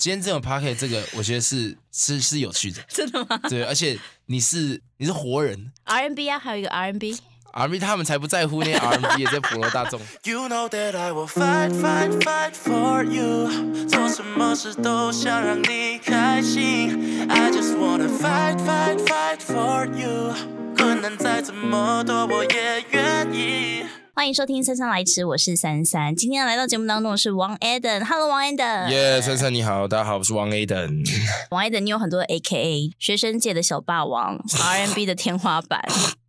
今天这种 p a r k e t 这个，我觉得是是是有趣的， 真的吗对，而且你是你是活人？RMB 啊，还有一个 RMB， ，R&B 他们才不在乎那些 R&B 也在普罗 大众。 You know that I will fight, fight, fight for you. 做什么事都想让你开心。I just wanna fight, fight, fight for you. 困难再怎么多，我也愿意。欢迎收听《三三来迟》，我是三三。今天来到节目当中的是王 Eden。Hello，王 Eden。耶，珊珊你好，大家好，我是王 A 等。 王 Eden，你有很多 AKA，学生界的小霸 王，RMB 的天花板，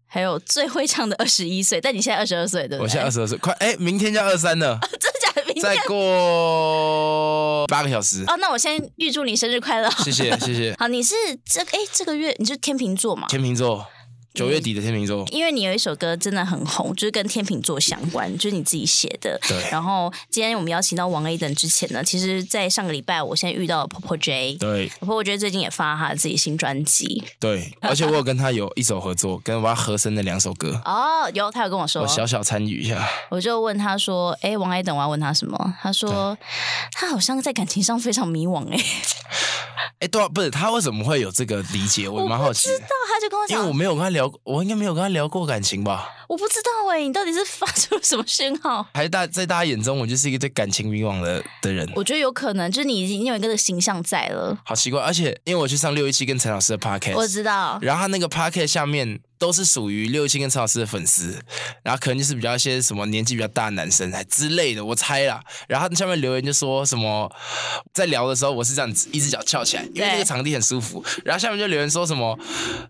还有最会唱的二十一岁。但你现在二十二岁，对不对？我现在二十二岁，快哎，明天就二三了， 真的假的？啊明再天过八个小时，哦，那我先预祝你生日快乐。 谢谢谢谢。好，你是这哎这个月你是天秤座嘛？天秤座，九月底的天秤座，因为你有一首歌真的很红，就是跟天秤座相关，就是你自己写的。对然后今天我们邀请到王 A 等之前呢，其实，在上个礼拜，我先遇到了婆婆 J。 对婆婆 J 最近也发了她自己新专辑对，而且我有跟他有一首合作，跟娃和声的两首歌，哦，有她有跟我说，我我小小参与一下。就问她说，哎、王 A 等我要问她什么？她说她好像在感情上非常迷惘、诶 哎，哎，对啊，不是他为什么会有这个理解，我蛮好奇的。那她就跟我因讲，为我没有跟他聊，我应该没有跟他聊过感情吧？我不知道哎、你到底是发出了什么讯号？ 还是大在大家眼中，我就是一个对感情迷惘的的人，我觉得有可能，就是你已经有一个形象在了。好奇怪。而且因为我去上六一七跟陈老师的 podcast，我知道，然后他那个 Pocket 下面都是属于六七跟陈老师的粉丝，然后可能就是比较一些什么年纪比较大的男生还之类的，我猜啦。然后他下面留言就说什么，在聊的时候我是这样子，一只脚翘起来，因为对那个场地很舒服。然后下面就留言说什么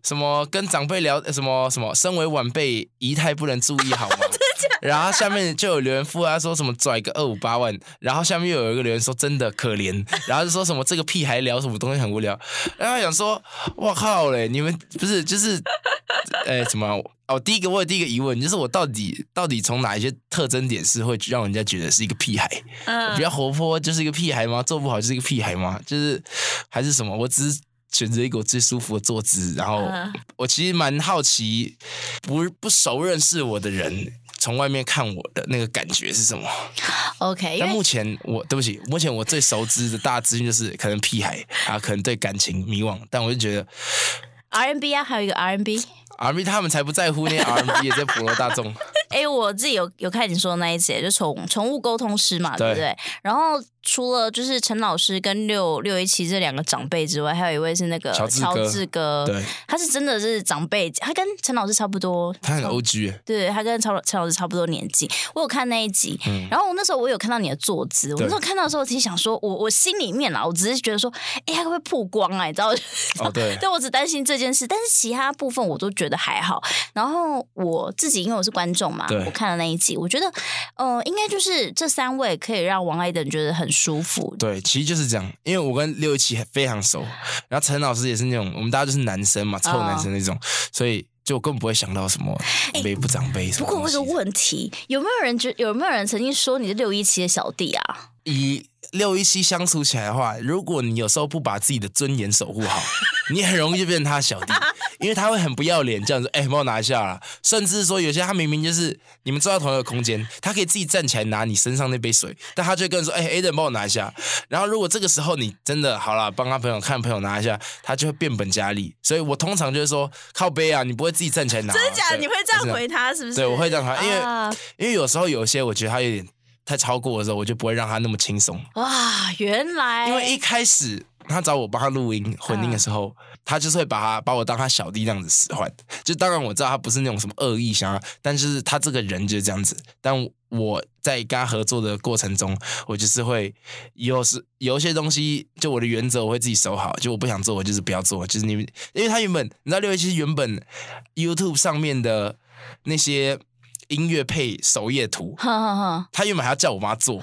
什么跟长辈聊呃什么什么，身为晚辈仪态不能注意好吗？然后下面就有留言附他说什么拽个二五八万，然后下面又有一个留言说真的可怜，然后就说什么这个屁孩聊什么东西很无聊，然后想说我靠嘞，你们不是就是，哎什么啊？哦，第一个我有第一个疑问，就是我到底到底从哪一些特征点是会让人家觉得是一个屁孩？嗯比较活泼就是一个屁孩吗？做不好就是一个屁孩吗？就是还是什么？我只是选择一个我最舒服的坐姿，然后嗯我其实蛮好奇，不不熟认识我的人。从外面看我的那个感觉是什么？ ，OK，因但为目前我对不起，目前我最熟知的大资讯就是可能屁孩啊，可能对感情迷惘，但我就觉得 RMB 啊，还有一个 RMB。 R B 他们才不在乎那 R B 也在普罗大众，哎、我自己有有看你说的那一节，就宠宠物沟通师嘛，对不对对？然后除了就是陈老师跟六六一七这两个长辈之外，还有一位是那个乔治哥志哥，对他是真的是长辈，他跟陈老师差不多，他很 O G，对他跟陈老陈老师差不多年纪，我有看那一集，嗯然后我那时候我有看到你的坐姿，我那时候看到的时候，我其实想说，我我心里面啊啦，我只是觉得说，哎、他会不会曝光啊？你知道？哦对但我只担心这件事，但是其他部分我都觉得还好。然后我自己因为我是观众嘛对，我看了那一集，我觉得，呃，应该就是这三位可以让王爱等觉得很舒服。 对，其实就是这样，因为我跟六七非常熟，然后陈老师也是那种我们大家就是男生嘛，臭男生那种，所以就我根本不会想到什么卑不长辈什不么过东西。我有个问题，有没有人觉有没有人曾经说你是六一七的小弟啊？以六一七相处起来的话，如果你有时候不把自己的尊严守护 好，你很容易就变成他的小弟， 因为他会很不要脸，这样说：“哎、帮我拿一下啦。”甚至说有些他明明就是你们坐到同一个空间，他可以自己站起来拿你身上那杯水，但他就会跟人说：“哎、a d e n 帮我拿一下。”然后如果这个时候你真的好了，帮他朋友看朋友拿一下，他就会变本加厉。所以我通常就是说：“靠背啊，你不会自己站起来拿啊、对我是样他是不对，我会这样回，因为、啊因为有时候有些我觉得他有点太超过的时候，我就不会让他那么轻松。哇，原来因为一嗯开始他找我帮他录音混音的时候，他就是会把他把我当他小弟那样子使唤。就当然我知道他不是那种什么恶意想要，但就是他这个人就是这样子。但我在跟他合作的过程中，我就是会有时有一些东西，就我的原则我会自己守好，就我不想做，我就是不要做。就是你们，因为他原本你知道六一七原本 YouTube 上面的那些音乐配首页图，哈哈哈，他原本还要叫我妈做，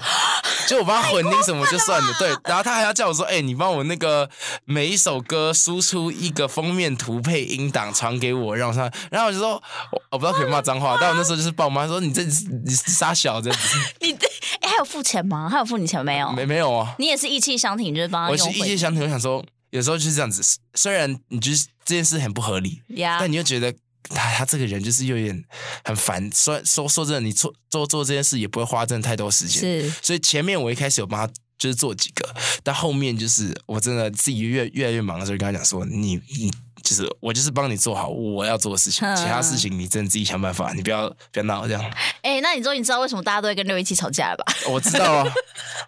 就我帮他混音什么就算了，对，然后他还要叫我说，哎、你帮我那个每一首歌输出一个封面图配音档传给我，让我上，然后我就说，我我不知道可以骂脏话，但我那时候就是抱我妈说，你这你是傻小子， 你这哎、还有付钱吗？还有付你钱没有？没没有啊，你也是意气相挺，就是帮他我用是回一些想挺，我想说，有时候就是这样子，虽然你就是这件事很不合理，呀但你又觉得。他他这个人就是有点很烦，说说说真的，你做做做这件事也不会花真的太多时间，是所以前面我一开始有帮他就是做几个。但后面就是我真的自己越越来越忙的时候，跟他讲说，你你就是我就是帮你做好我要做的事情，嗯其他事情你真的自己想办法，你不要不要闹这样。哎、那你终于知道为什么大家都会跟六一七吵架了吧？我知道 啊，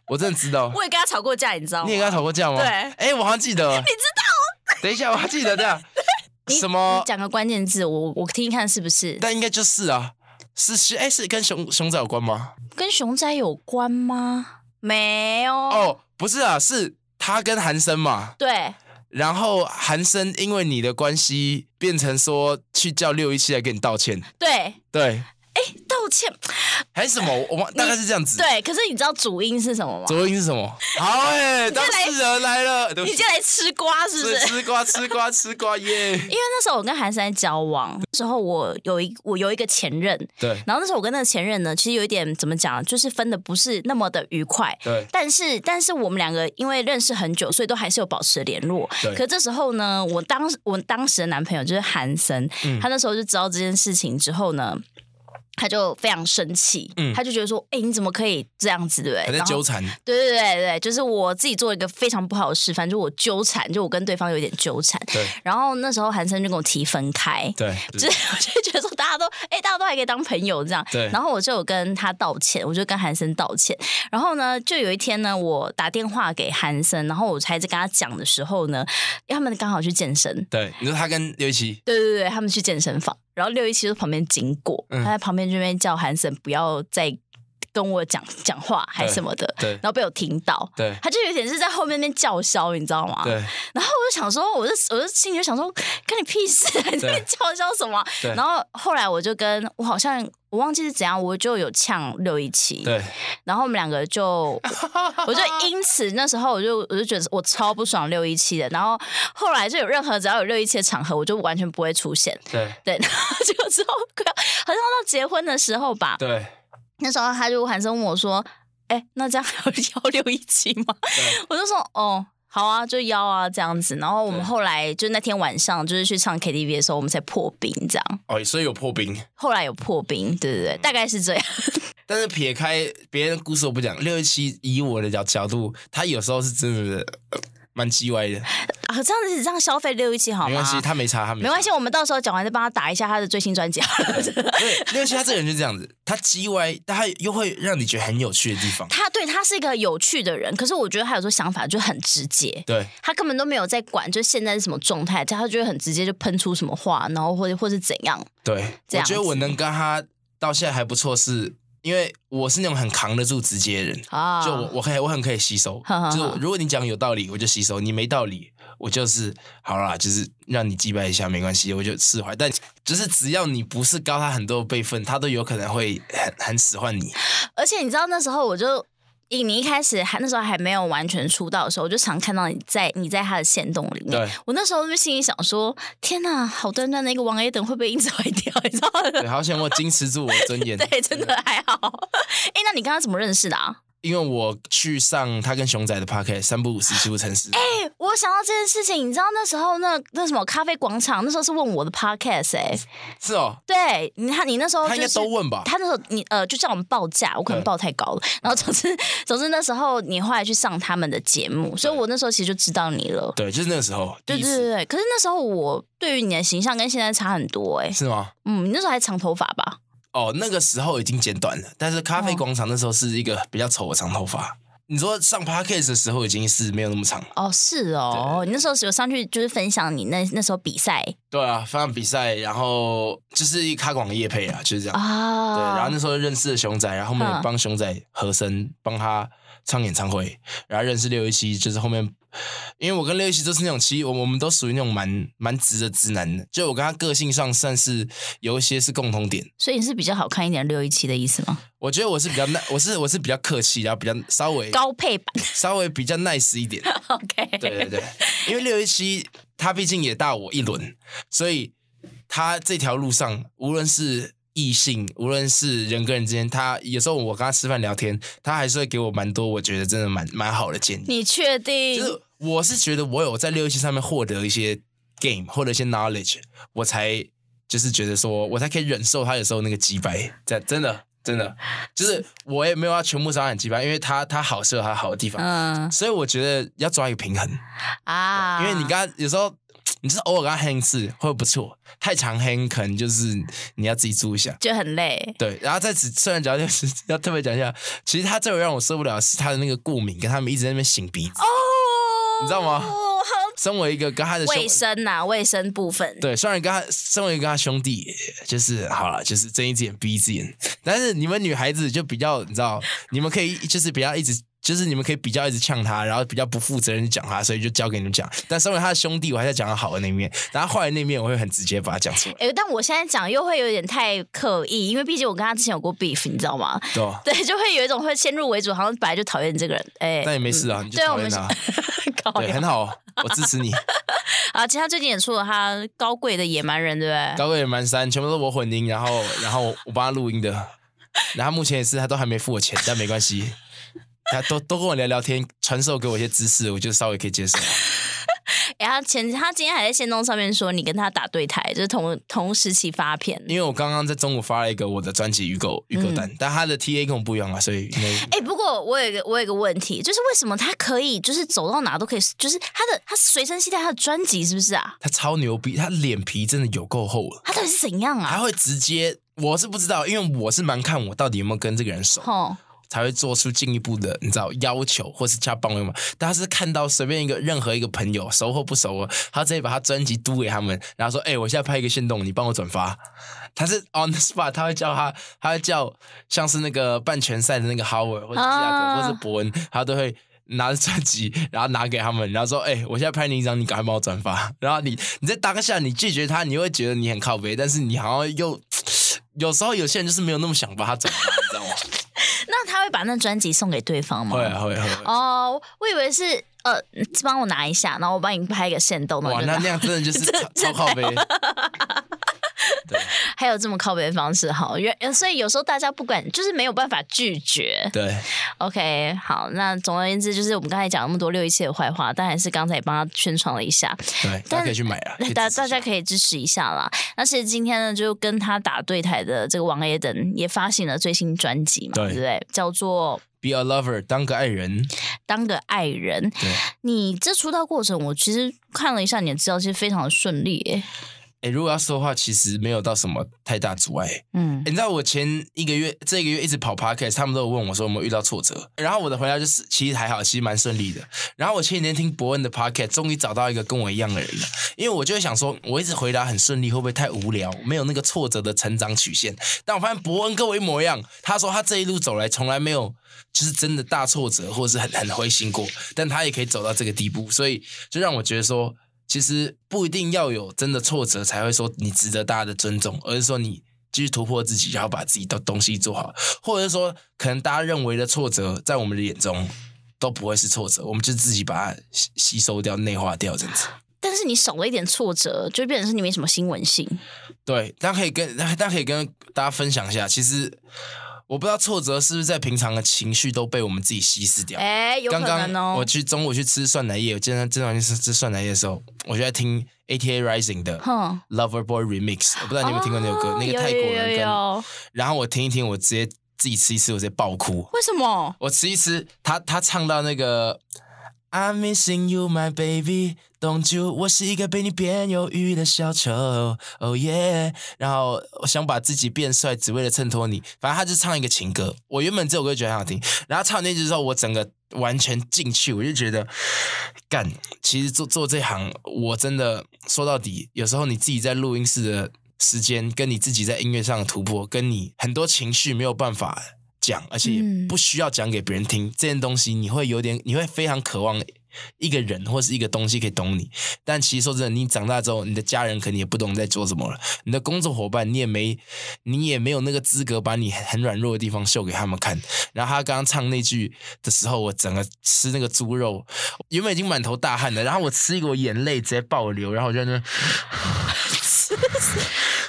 我真的知道。我也跟他吵过架，你知道吗？你也跟他吵过架吗？对哎、我好像记得。你知道？等一下，我还记得这样。 你什么你？讲个关键字，我我听听看是不是但应该就是啊，是是，哎、是跟熊熊仔有关吗？跟熊仔有关吗？没有。哦，不是啊，是他跟韩生嘛。对，然后韩生因为你的关系，变成说去叫六一七来跟你道歉，对，对，道歉，还是什么？我忘，大概是这样子。，对。可是你知道主因是什么吗？左音是什么？好哎、当事人来了，对 你不今起天来吃瓜是不是？吃吃瓜吃瓜吃瓜耶！ 因为那时候我跟韩山交往，那时候我有一我有一个前任，对然后那时候我跟那个前任呢，其实有一点怎么讲，就是分的不是那么的愉快。对但是，但是我们两个因为认识很久，所以都还是有保持联络。对可这时候呢，我当我当时的男朋友就是韩森，嗯他那时候就知道这件事情之后呢，他就非常生气，嗯他就觉得说：“哎、你怎么可以这样子，对不对？”还在然后纠缠，对对对对，就是我自己做一个非常不好的示范，就我纠缠，就我跟对方有点纠缠。对然后那时候韩森就跟我提分开， 对就是我就觉得说大家都哎、大家都还可以当朋友这样。对然后我就有跟他道歉，我就跟韩森道歉。然后呢，就有一天呢，我打电话给韩森，然后我才在跟他讲的时候呢，因为他们刚好去健身，对，你说他跟六一七，对对对，他们去健身房，然后六一七就旁边经过，嗯他在旁边这边叫韩森不要再跟我讲讲话还什么的，对然后被我听到。对他就有点是在后面那边叫嚣，你知道吗？对然后我就想说，我就我就心里就想说，干你屁事，还在那边叫嚣什么啊？对然后后来我就跟我好像我忘记是怎样，我就有呛六一七，对，然后我们两个 就，我就因此那时候我就我就觉得我超不爽六一七的，然后后来就有任何只要有六一七的场合，我就完全不会出现，对对， 然后就之后快要好像到结婚的时候吧， 对那时候他就喊声问我说：“哎、那这样还有 幺六一七吗？”对我就说哦。好啊，就邀啊这样子，然后我们对后来就那天晚上就是去唱 KTV 的时候，我们才破冰这样。哦，所以有破冰。后来有破冰，对对嗯对，大概是这样。 但是撇开别人的故事我不讲，六一七以我的角角度，他有时候是真的呃蛮叽歪的，啊，这样子这样消费六一七好没吗关？系，他没差，他没没差关系，。我们到时候讲完再帮他打一下他的最新专辑好了。 对，六一七他这个人就这样子，他叽歪，但他又会让你觉得很有趣的地方。他对他是一个有趣的人，可是我觉得他有时候想法就很直接，对他根本都没有在管就现在是什么状态，他就会很直接就喷出什么话，然后或者或是怎样。对，这我样觉子得我能跟他到现在还不错是，因为我是那种很扛得住直接的人，啊，就我我可以我很可以吸收哈哈哈，就是我如果你讲有道理，我就吸收；你没道理，我就是好啦，就是让你击败一下没关系，我就释怀。但就是只要你不是高他很多的辈分，他都有可能会很很使唤你。而且你知道那时候我就。你你一开始还那时候还没有完全出道的时候，我就常看到你在你在他的线动里面对。我那时候就心里想说：天呐，好端端的一个王 A 等会被因此毁掉， 你知道吗？对，好险我矜持住我的尊严。 对，真的还好。哎、那你跟他怎么认识的啊？因为我去上他跟熊仔的 p o c a s t 三不五时七不诚实。哎、我想到这件事情，你知道那时候那那什么咖啡广场，那时候是问我的 podcast 哎、是哦，对，你看你那哦时候、就他是、应该都问吧？嗯他那时候你呃就叫我们报价，我可能对报太高了。然后总之总之那时候你后来去上他们的节目，所以我那时候其实就知道你了。对，就是那个时候，对第一对次对对，可是那时候我对于你的形象跟现在差很多哎、是吗？嗯，你那时候还长头发吧？哦，那个时候已经剪短了，但是咖啡广场那时候是一个比较丑的长头发。你说上 p a c k a s t 的时候已经是没有那么长了。哦，是哦，你那时候有上去就是分享你那那时候比赛对啊，发上比赛，然后就是一咖广的夜配啊，就是这样。啊，对，然后那时候认识了熊仔，然后后面嗯帮熊仔和声，帮他唱演唱会，然后认识六一七，就是后面，因为我跟六一七都是那种，其实我我们都属于那种蛮蛮直的直男的，就我跟他个性上算是有一些是共同点。所以你是比较好看一点六一七的意思吗？我觉得我是比较耐，我是我是比较客气，然后比较稍微高配版 稍微比较 nice 一点。 ，OK，对对对，因为六一七他毕竟也大我一轮，所以他这条路上，无论是异性，无论是人跟人之间，他有时候我跟他吃饭聊天，他还是会给我蛮多我觉得真的蛮蛮好的建议。你确定？就是我是觉得我有在六一七上面获得一些 game 获得一些 knowledge，我才就是觉得说我才可以忍受他有时候那个击败，这样真的真的，就是我也没有要全部找很鸡巴，因为他他好是有他好的地方，嗯所以我觉得要抓一个平衡，啊，因为你跟他有时候。你就是偶尔跟他 hang 一次会不错，太长 hang 可能就是你要自己注意一下。就很累对，然后在此虽然讲就是要特别讲一下，其实他最让我受不了的是他的那个过敏，跟他们一直在那边擤鼻子。哦，你知道吗哦，好身为一个跟他的兄卫生呐、卫生部分，对，虽然跟他身为一个跟他兄弟，就是好了，就是睁一只眼闭一只眼，但是你们女孩子就比较，你知道，你们可以就是比较一直。就是你们可以比较一直呛他，然后比较不负责任地讲他，所以就交给你们讲。但身为他的兄弟，我还在讲他好的那一面，但他坏的那一面，我会很直接把他讲出来，哎、但我现在讲又会有点太刻意，因为毕竟我跟他之前有过 beef，你知道吗？对吧？ 对，就会有一种会先入为主，好像本来就讨厌你这个人。哎、 但也没事啊，你就对讨我厌们哦他，搞对，很好，哦我支持你。啊！其实他最近也出了他《高贵的野蛮人》，对不 对？高贵野蛮山全部都是我混音，然后 然后我帮他录音的，然后他目前也是他都还没付我钱，但没关系，他都都跟我聊聊天，传授给我一些知识，我就稍微可以接受。哎、他前他今天还在线动上面说你跟他打对台，就是同同时期发片。因为我刚刚在中午发了一个我的专辑预购预购单，但他的 TA 跟我不一样啊，所以应该哎、不过我有一个我有一个问题，就是为什么他可以就是走到哪都可以，就是他的他随身携带他的专辑是不是啊？他超牛逼，他脸皮真的有够厚了，他到底是怎样他啊？会直接。我是不知道，因为我是蛮看我到底有没有跟这个人熟，吼，才会做出进一步的，你知道要求或是加帮我们。但他是看到随便一个任何一个朋友熟或不熟，他直接把他专辑嘟给他们，然后说：“哎、我现在拍一个线动，你帮我转发。” 他是 on the spot，他会叫他，他会叫像是那个半拳赛的那个 Howard 或者亚格、啊或是伯恩，他都会。拿着专辑，然后拿给他们，然后说：“哎、我现在拍你一张，你赶快帮我转发。” 然后你你在当下你拒绝他，你会觉得你很靠背，但是你好像又有时候有些人就是没有那么想把他转发，你知道吗？那他会把那专辑送给对方吗？会啊会啊会啊。哦，我以为是呃，帮我拿一下，然后我帮你拍一个线动的。哇，就那拿那样真的就是 超超靠背，还有这么靠背的方式，好，原呃所以有时候大家不管就是没有办法拒绝。 对， OK，好，那总而言之，就是我们刚才讲那么多六一七的坏话，但还是刚才也帮他宣传了一下， 对，大家可以去买啊，可以大支持大一下家可以支持一下啦。那其实今天呢，就跟他打对台的这个王爷等也发行了最新专辑嘛，对对不对？叫做 be a lover 当个爱人， 《当个爱人》。对，你这出道过程，我其实看了一下你的资料，其实非常的顺利耶。哎，如果要说的话，其实没有到什么太大阻碍。诶嗯，你知道我前一个月、这个月一直跑 podcast，他们都有问我说有没有遇到挫折，然后我的回答就是其实还好，其实蛮顺利的。然后我前几天听伯恩的 podcast，终于找到一个跟我一样的人了，因为我就会想说，我一直回答很顺利，会不会太无聊，没有那个挫折的成长曲线？但我发现伯恩跟我一模一样，他说他这一路走来从来没有就是真的大挫折，或者是很很灰心过，但他也可以走到这个地步，所以就让我觉得说，其实不一定要有真的挫折才会说你值得大家的尊重，而是说你。继续突破自己，然后把自己的东西做好，或者是说，可能大家认为的挫折，在我们的眼中都不会是挫折，我们就自己把它吸吸收掉、内化掉，这样子。但是你少了一点挫折，就变成是你没什么新闻性。对，大家可以跟大家可以跟大家分享一下，其实我不知道挫折是不是在平常的情绪都被我们自己稀释掉。哎、有可刚能刚哦我。去中午去吃蒜奶叶，我今天今晚去吃吃蒜奶叶的时候，我就在听 ATA Rising 的哼 Lover Boy Remix，我不知道你有没有听过那首歌，哦那个有泰国人有有跟，有然后我听一听，我直接自己吃一吃，我直接爆哭。为什么？我吃一吃，他他唱到那个 I'm missing you, my baby, don't you？我是一个被你变忧郁的小丑，Oh yeah！然后我想把自己变帅，只为了衬托你。反正他就唱一个情歌，我原本这首歌觉得很好听，然后唱那句之后，我整个完全进去，我就觉得干。其实做做这行，我真的说到底，有时候你自己在录音室的时间，跟你自己在音乐上的突破，跟你很多情绪没有办法。讲，而且也嗯不需要讲给别人听、这件东西，你会有点，你会非常渴望一个人或是一个东西可以懂你。但其实说真的，你长大之后，你的家人肯定也不懂你在做什么了，你的工作伙伴你也没，你也没有那个资格把你很软弱的地方秀给他们看。然后他刚刚唱那句的时候，我整个吃那个猪肉，原本已经满头大汗了，然后我吃一个，我眼泪直接爆流，然后我就在那边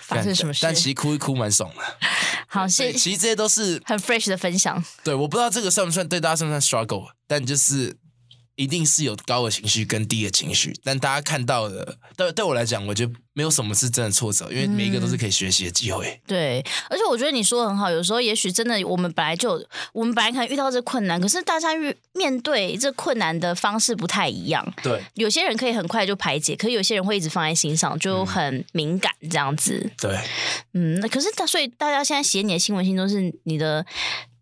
发生什么事？但其实哭一哭蛮爽的。好，对谢其实这些都是很 fresh 的分享。对，我不知道这个算不算对大家算不算 struggle，但就是一定是有高的情绪跟低的情绪，但大家看到的，对对我来讲，我觉得没有什么是真的挫折，因为每一个嗯都是可以学习的机会。对，而且我觉得你说的很好，有时候也许真的我们本来就我们本来可能遇到这困难，可是大家遇面对这困难的方式不太一样。对有些人可以很快就排解，可有些人会一直放在心上，就很敏感这样子。对，嗯，那可是大所以大家现在写你的新闻信都是你的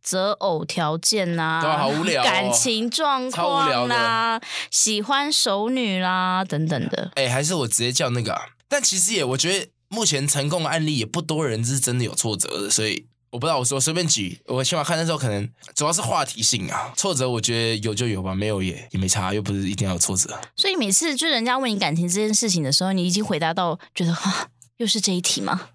择偶条件呐、对啊好无聊哦 感情状超无聊况啦，喜欢熟女啦等等的。哎、还是我直接叫那个、啊。但其实也，我觉得目前成功的案例也不多人是真的有挫折的，所以我不知道我说随便举，我起码看那时候可能主要是话题性啊。挫折我觉得有就有吧，没有也也没差，又不是一定要有挫折。啊所以每次就人家问你感情这件事情的时候，你已经回答到觉得啊，又是这一题吗？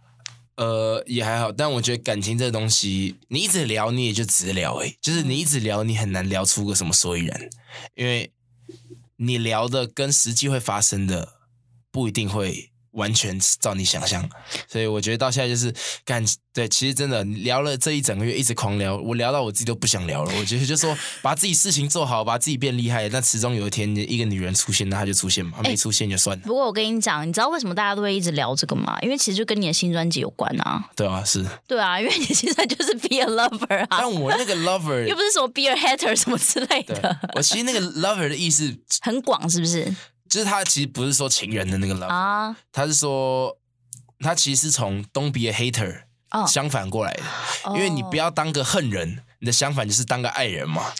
呃，也还好，但我觉得感情这个东西，你一直聊，你也就只聊哎、就是你一直聊，你很难聊出个什么所以然，因为你聊的跟实际会发生的不一定会完全照你想象，所以我觉得到现在就是感对，其实真的聊了这一整个月，一直狂聊，我聊到我自己都不想聊了。我觉得就说把自己事情做好，把自己变厉害，但始终有一天一个女人出现，那她就出现嘛，没出现就算了，不过我跟你讲，你知道为什么大家都会一直聊这个吗？因为其实就跟你的新专辑有关啊。对啊，是。对啊，因为你现在就是 be a lover 啊，但我那个 lover 又不是什么 be a hater 什么之类对的，，我其实 那个 lover 的意思，很广是不是就是他其实不是说情人的那个 lover，、啊？他是说他其实是从 don't be a hater 哦相反过来的，因为你不要当个恨人，你的想法就是当个爱人 嘛。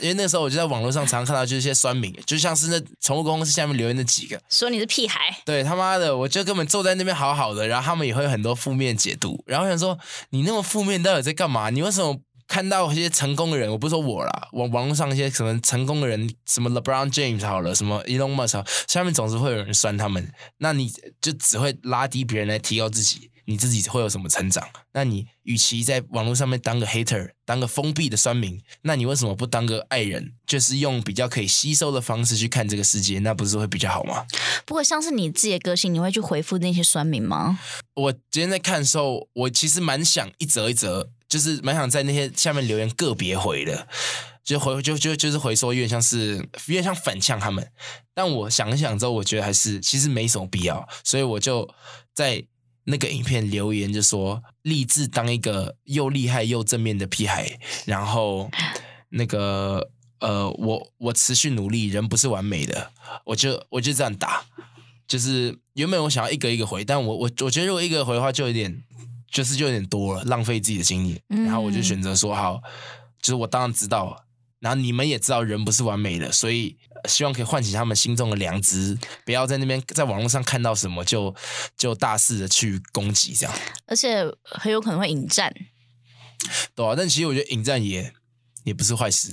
因为那时候我就在网络上常常看到，就是一些酸民，就像是那宠物公司下面留言那几个，说你是屁孩，对他妈的，我就根本坐在那边好好的，然后他们也会有很多负面解读，然后我想说你那么负面到底在干嘛？你为什么？看到一些成功的人，我不是说我啦，网网络上一些什么成功的人，什么 LeBron James 好了，什么 Elon Musk，好下面总是会有人酸他们，那你就只会拉低别人来提高自己，你自己会有什么成长？那你与其在网络上面当个 hater，当个封闭的酸民，那你为什么不当个爱人？就是用比较可以吸收的方式去看这个世界，那不是会比较好吗？不过像是你自己的个性，你会去回复那些酸民吗？我今天在看的时候，我其实蛮想一折一折，就是蛮想在那些下面留言个别回的，就回就就就是回说有点像是有点像反呛他们。但我想一想之后，我觉得还是其实没什么必要，所以我就在那个影片留言就说立志当一个又厉害又正面的屁孩，然后那个呃，我我持续努力，人不是完美的，我就我就这样打。就是原本我想要一个一个回，但我我我觉得如果一个回的话，就有点就是就有点多了，浪费自己的精力。嗯然后我就选择说好，就是我当然知道，然后你们也知道人不是完美的，所以呃希望可以唤起他们心中的良知，不要在那边在网络上看到什么就就大肆的去攻击这样，而且很有可能会引战，对啊？但其实我觉得引战也也不是坏 事，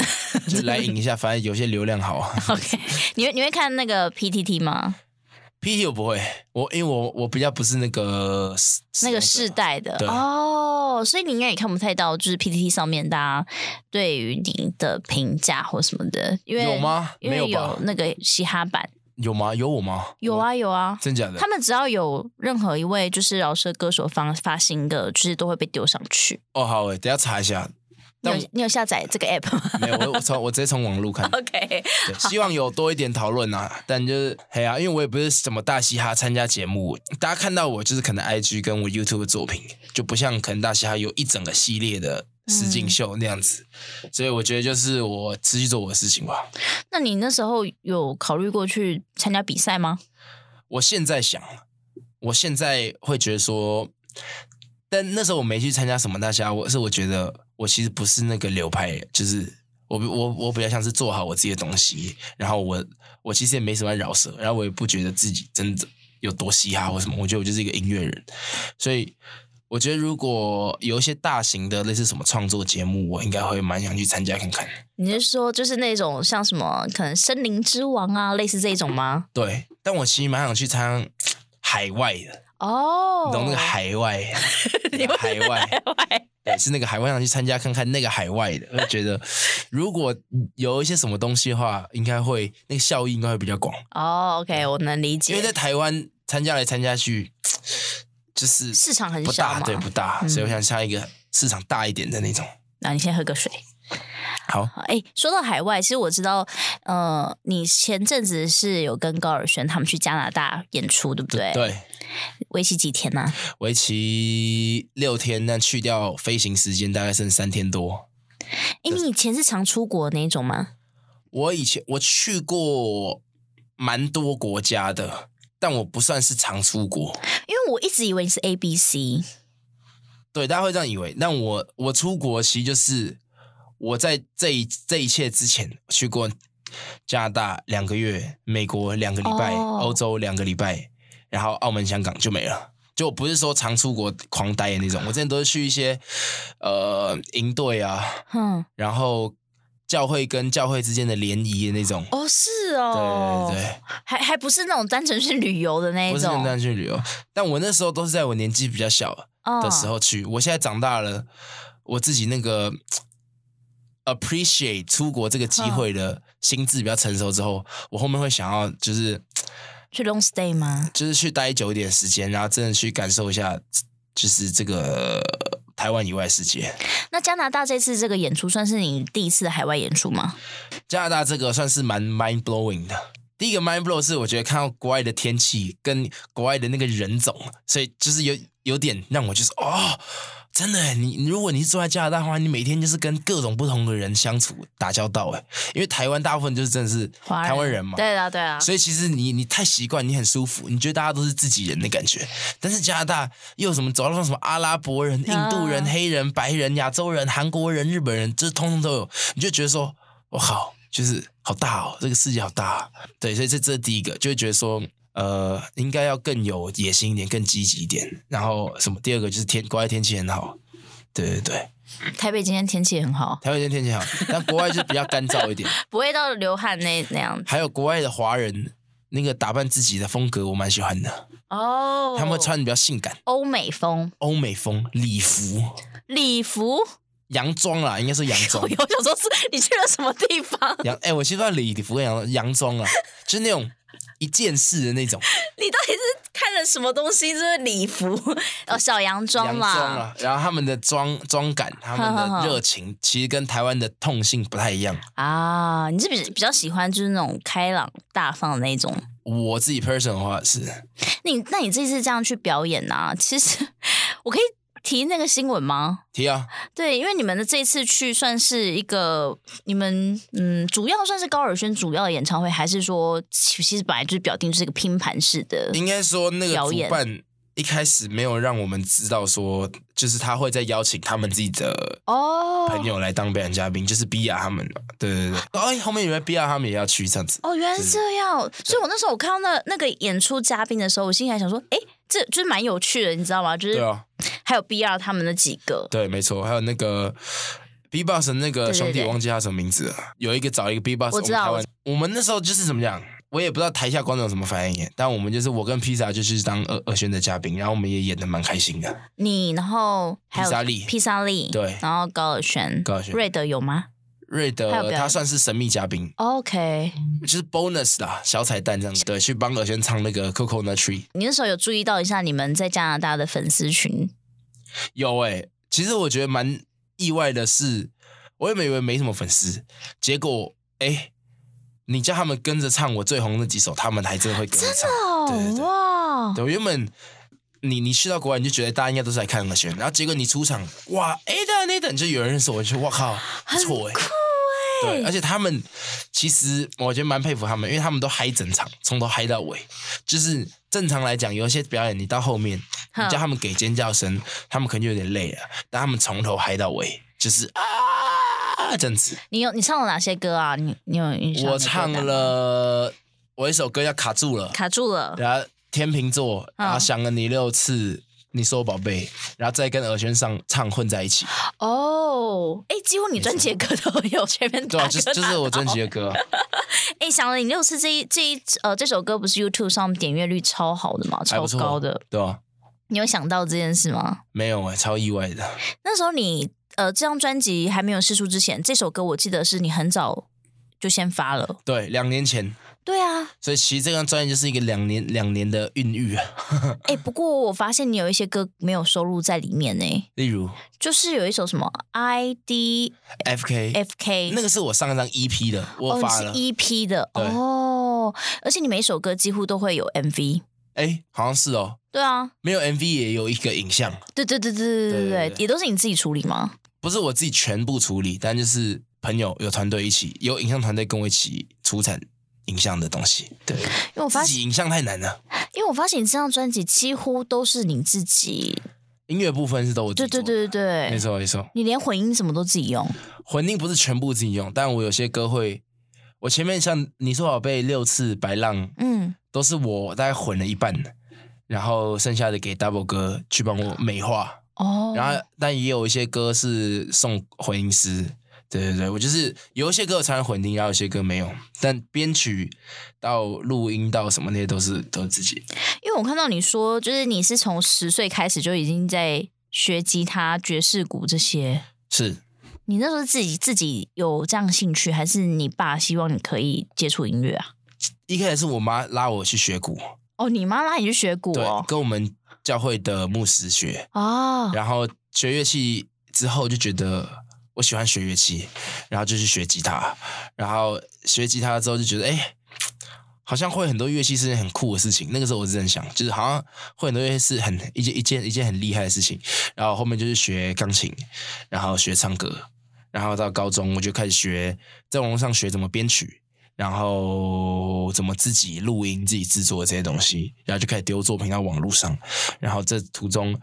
就来引一下，反正有些流量好啊。 OK，你会你会看那个 PTT 吗？ PT 我不会，我因为我我比较不是那个那个世代的啊对啊哦，所以你应该也看不太到，就是 PTT 上面大家对于你的评价或什么的，因为有吗因为没有吧有那个嘻哈版，有吗？有我吗？有啊有啊我，，真假的？他们只要有任何一位就是饶舌歌手方发新歌，就是都会被丢上去。哦，好诶，等一下查一下。你但有你有下载这个 app 吗。没有，我我从我直接从网路看？OK，对希望有多一点讨论啊，但就是嘿啊，因为我也不是什么大嘻哈参加节目，大家看到我就是可能 IG 跟我 YouTube 的作品，就不像可能大嘻哈有一整个系列的实境秀那样子，所以我觉得就是我持续做我的事情吧。那你那时候有考虑过去参加比赛吗？我现在想，我现在会觉得说，但那时候我没去参加什么大家，我是我觉得我其实不是那个流派，就是我我我比较像是做好我自己的东西，然后我我其实也没什么饶舌，然后我也不觉得自己真的有多嘻哈或什么，我觉得我就是一个音乐人，所以。我觉得如果有一些大型的类似什么创作节目，我应该会蛮想去参加看看。你是说就是那种像什么可能森林之王啊，类似这种吗？对，但我其实蛮想去参加海外的，哦，你懂那个海外， 你会海外，外。对，是那个海外想去参加看看那个海外的，会觉 得如果有一些什么东西的话，应该会那个效益应该会比较广，哦、o k 我能理解，因为在台湾参加来参加去，就是市场很不小大，嘛。对，不大，嗯所以我想下一个市场大一点的那种。那、你先喝个水。好，好，哎，说到海外，其实我知道，呃，你前阵子是有跟高尔宣他们去加拿大演出，对不对？，对，为期几天呢、哎为期六天，但去掉飞行时间大概剩三天多。哎，你以前是常出国那一种吗？我以前我去过蛮多国家的，但我不算是常出国。因为我一直以为你是 A B C，对，大家会这样以为。但我我出国其实就是我在这一这一切之前去过加拿大两个月，美国两个礼拜，哦欧洲两个礼拜，然后澳门、香港就没了。就我不是说常出国狂待的那种，我之前都是去一些呃营队啊，哼，然后教会跟教会之间的联谊的那种。哦，是对哦，对对，还还不是那种单纯去旅游的那一不是跟种大家去旅游，但我那时候都是在我年纪比较小，的时候，候去。我现在长大了，我自己那个 appreciate 出国这个机会的心智比较成熟之后，我后面会想要就是去 long stay 吗？就是去待久一点时间，然后真的去感受一下，就是这个呃台湾以外的世界。那加拿大这次这个演出算是你第一次的海外演出吗？加拿大这个算是蛮 mind blowing 的。第一个 mind blow 是我觉得看到国外的天气跟国外的那个人种，所以就是有有点让我就是哦，真的耶，你你如果你是住在加拿大的话，你每天就是跟各种不同的人相处打交道，哎，因为台湾大部分就是真的是华人台湾人嘛，对啊，对啊，所以其实你你太习惯，你很舒服，你觉得大家都是自己人的感觉。但是加拿大又有什么走到那种什么阿拉伯人、印度人、啊黑人、白人、亚洲人、韩国人、日本人，这通通都有，你就觉得说，我靠，就是好大哦，这个世界好大、啊。对，所以这这是第一个，就会觉得说。呃，应该要更有野心一点，更积极一点。然后什么？第二个就是天，国外天气很好，对对对，台北今天天气很好，台湾今天天气好，但国外就比较干燥一点。不会到流汗那那样子还有国外的华人，那个打扮自己的风格，我蛮喜欢的。哦。他们会穿的比较性感，欧美风欧美风礼服、礼服，哦洋装啦，应该是洋装 我。 有想说是你去了什么地方？ 洋哎、我其实不知道礼服跟洋装洋装啊，就是那种一件式的那种你到底是看了什么东西？就是 礼服哦，小洋装洋装啦。啊。然后他们的装装感，他们的热情，其实跟台湾的痛性不太一样。啊，你是比比较喜欢就是那种开朗大方的那种。我自己 person 的话是，那你那你这次这样去表演啊，其实 我可以提那个新闻吗？提啊，对，因为你们的这次去算是一个你们嗯，主要算是高尔宣主要的演唱会，还是说其其实本来就是表定就是一个拼盘式的？应该说那个表主演办一开始没有让我们知道说，就是他会再邀请他们自己的哦朋友来当表演嘉宾，就是 B 亚他们，对对对。哦，哎后面原来 B 亚他们也要去这样子。哦，原来是这样。所以我那时候我看到那那个演出嘉宾的时候，我心里还想说，哎，这就是蛮有趣的，你知道吗？就对是啊，还有 B R 他们那几个，对，没错，还有那个 B Boss 的那个对对兄弟，对忘记他什么名字了。有一个找一个 B Boss，我知道我们台湾我们那时候就是怎么讲，我也不知道台下观众有什么反应耶，但我们就是我跟披萨就去当二二轩的嘉宾，然后我们也演的蛮开心的。你，然后还有披萨利披萨利，对然后高尔宣、高尔宣瑞德有吗瑞还有表德演他算是神秘嘉宾， ？OK，就是 bonus 啦，小彩蛋这样子。对，去帮尔轩唱那个 Coco Nut Tree。你那时候有注意到一下你们在加拿大的粉丝群？有哎、其实我觉得蛮意外的是，我原本以为没什么粉丝，结果哎、你叫他们跟着唱我最红那几首，他们还真的会跟着唱。对对对哦哇！对，我原本你你去到国外，你就觉得大家应该都是来看那轩，然后结果你出场，哇，哎等那等，就有人认识我，就哇靠，不错哎、欸对，而且他们其实我觉得蛮佩服他们，因为他们都嗨整场，从头嗨到尾。就是正常来讲，有一些表演你到后面，你哼叫他们给尖叫声，他们可能就有点累了，但他们从头嗨到尾，就是啊这样子。你有你唱了哪些歌啊？你你有印象的我歌单唱吗了，我有一首歌叫《卡住了》，卡住了，然后天秤座，嗯然后想了你六次，你说我宝贝，然后再跟尔轩上唱混在一起，哦，哎，几乎你专辑的歌都有全面对啊，就是就是我专辑的歌啊，哎，想了你六次这一这一呃这首歌不是 YouTube 上点阅率超好的嘛，还超不错，高的，，对啊，你有想到这件事吗？没有哎、超意外的，那时候你呃这张专辑还没有试出之前，这首歌我记得是你很早就先发了，对，两年前，对啊，所以其实这张专辑就是一个两年两年的孕育啊。 哎、不过我发现你有一些歌没有收录在里面呢、例如就是有一首什么 I D F K， F K，那个是我上一张 EP 的，我哦有你发是了。 EP 的对哦，而且你每一首歌几乎都会有 MV。哎、好像是哦，对啊，没有 MV 也有一个影像，对对对对对对对对对对，也都是你自己处理吗？不是我自己全部处理，但就是朋友有团队一起，有影像团队跟我一起出产影像的东西。对，因为我发自现，己影像太难了，因为我发现你这张专辑几乎都是你自己，音乐部分是都我自对己做对的。对对没对，错没错。你连混音什么都自己用，混音不是全部自己用，但我有些歌会，我前面像你说宝贝六次白浪嗯，都是我大概混了一半，然后剩下的给 Double 哥去帮我美化，哦，然后但也有一些歌是送混音师。对对对，我就是有一些歌我参与混音，然后有些歌没有，但编曲到录音到什么那些都是都是自己。因为我看到你说，就是你是从十岁开始就已经在学吉他、爵士鼓这些，是你那时候自己自己有这样兴趣，还是你爸希望你可以接触音乐啊？一开始是我妈拉我去学鼓，哦，你妈拉你去学鼓对哦，，跟我们教会的牧师学，啊，然后学乐器之后就觉得我喜欢学乐器，然后就去学吉他，然后学吉他之后就觉得哎。好像会很多乐器是件很酷的事情，那个时候我是这样想，就是好像会很多乐器是很一件一件一件很厉害的事情。然后后面就是学钢琴，然后学唱歌，然后到高中我就开始学在网络上学怎么编曲，然后怎么自己录音、自己制作这些东西，然后就开始丢作品到网络上。然后这途中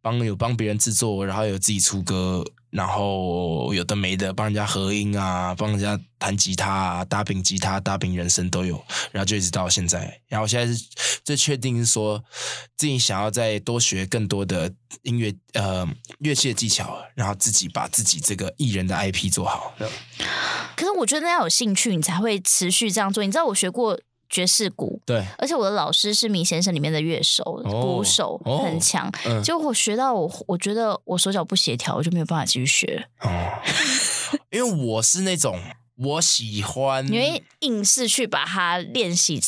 帮有帮别人制作，然后有自己出歌，然后有的没的帮人家合音啊，帮人家弹吉他啊，搭饼吉他、搭饼人声都有，然后就一直到现在。然后我现在是最确定是说自己想要再多学更多的音乐呃乐器的技巧，然后自己把自己这个艺人的 IP 做好。可是我觉得要有兴趣，你才会持续这样做。你知道我学过爵士鼓，对，而且我的老师是《米先生》里面的乐手、鼓手，哦很强。嗯，结果我学到我，我觉得我手脚不协调，我就没有办法继续学。哦，因为我是那种我喜欢，你会硬是去把它练习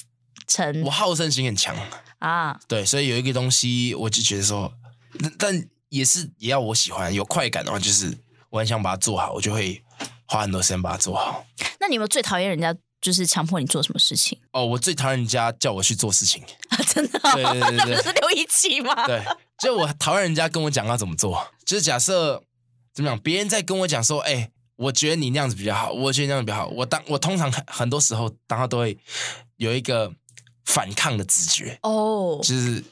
成我好胜心很强。啊，对，所以有一个东西，我就觉得说，但但也是也要我喜欢有快感的话，就是我很想把它做好，我就会花很多时间把它做好。那你有没有最讨厌人家就是强迫你做什么事情？哦，我最讨厌人家叫我去做事情，真 的、对对对对对 那不是刘一奇吗？对，就我讨厌人家跟我讲要怎么做，就是假设怎么讲，别人在跟我讲说，哎、我觉得你那样子比较好，我觉得那样子比较好，我当我通常很很多时候，当他都会有一个反抗的直觉，哦，就是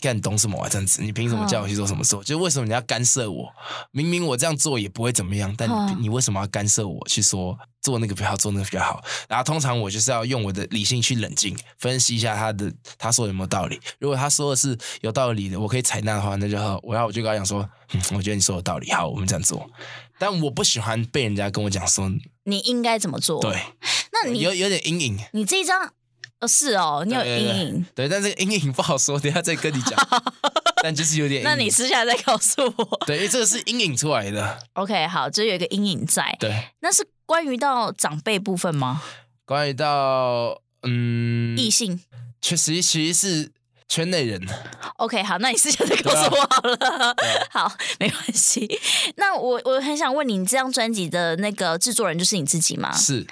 干你懂什么啊？这样子，你凭什嗯么叫我去做什么事？就是为什么你要干涉我？明明我这样做也不会怎么样，但你嗯你为什么要干涉我去说做那个比较好，做那个比较好？然后通常我就是要用我的理性去冷静分析一下他的他说有没有道理。如果他说的是有道理的，我可以采纳的话，那就好。我要我就跟他讲说，嗯，我觉得你说有道理，好，我们这样做。但我不喜欢被人家跟我讲说，你应该怎么做？对，，哦那你有有点阴影。你这一张，呃、是哦，你有对阴影。对，对但这个阴影不好说，等一下再跟你 讲。但就是有点阴影，那你私下再告诉我。 对，因为这个是阴影出来的。 OK，好，就是有一个阴影在。对，那是关于到长辈部分吗？关于到嗯，异性。啊确实其实是圈内人， OK，好，那你私下再告诉我好啊了。 好，没关系。那我我很想问你，你这张专辑的那个制作人就是你自己吗？是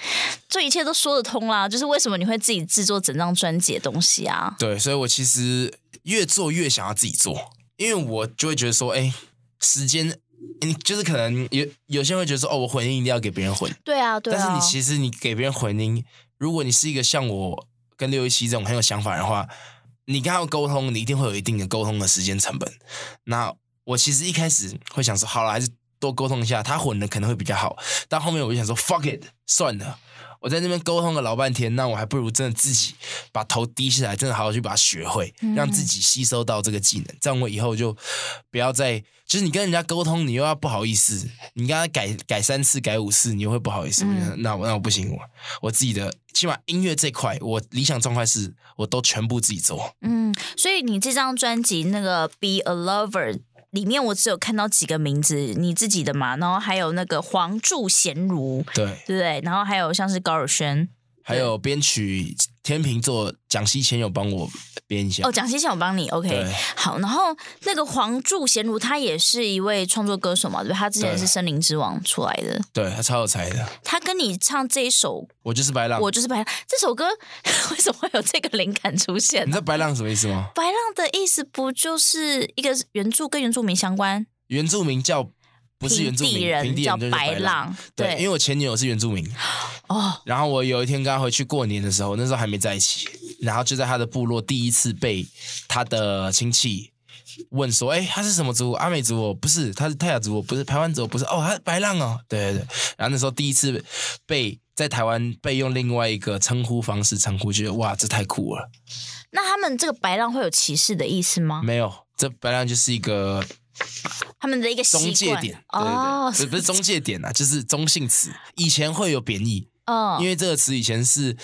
这一切都说得通啦，就是为什么你会自己制作整张专辑的东西啊？对，所以我其实越做越想要自己做，因为我就会觉得说，哎，时间。你就是可能有有些人会觉得说，哦，我混音一定要给别人混，对啊，对啊。但是你其实你给别人混音，如果你是一个像我跟六一七这种很有想法的话，你跟他们沟通，你一定会有一定的沟通的时间成本。那我其实一开始会想说，好了，还是多沟通一下，他混的可能会比较好。但后面我就想说，fuck it，算了。我在那边沟通了老半天，那我还不如真的自己把头低下来，真的好好去把它学会，嗯让自己吸收到这个技能。这样我以后就不要再，就是你跟人家沟通，你又要不好意思，你跟他改改三次、改五次，你又会不好意思。嗯我就想那我那我不行，我我自己的，起码音乐这块，我理想状态是我都全部自己做。嗯，所以你这张专辑那个《Be a Lover》里面，我只有看到几个名字，你自己的嘛，然后还有那个黄柱贤如，对，对不对？然后还有像是高尔宣，还有编曲，天秤座蒋西前有帮我编一下哦，，蒋欣欣我帮你，OK，对好。然后那个黄柱贤如，他也是一位创作歌手嘛，对吧？他之前对是《森林之王》出来的，对他超有才的，他跟你唱这一首我就是白《浪。我就是白浪》这首歌， 为什么会有这个灵感出现你呢、知道白浪什么意思吗？白浪的意思不就是一个原住跟原住民相关，原住民叫不是平原住民，地平地人人叫就是白浪。浪，对，因为为我前女友是原住民，哦，然后我有一天跟她回去过年的时候，那时候还没在一起，然后就在她的部落第一次被她的亲戚问说：“哎、她是什么族？阿美族哦，不是，她是泰雅族哦，不是台湾族哦，不是哦，她是白浪哦。”对对对，然后那时候第一次被在台湾被用另外一个称呼方式称呼，觉得哇，这太酷了。那他们这个白浪会有歧视的意思吗？没有，这白浪就是一个他们的一个习中惯介点，对哦对，对，不是中介点啊，就是中性词。以前会有贬义，嗯，因为这个词以前是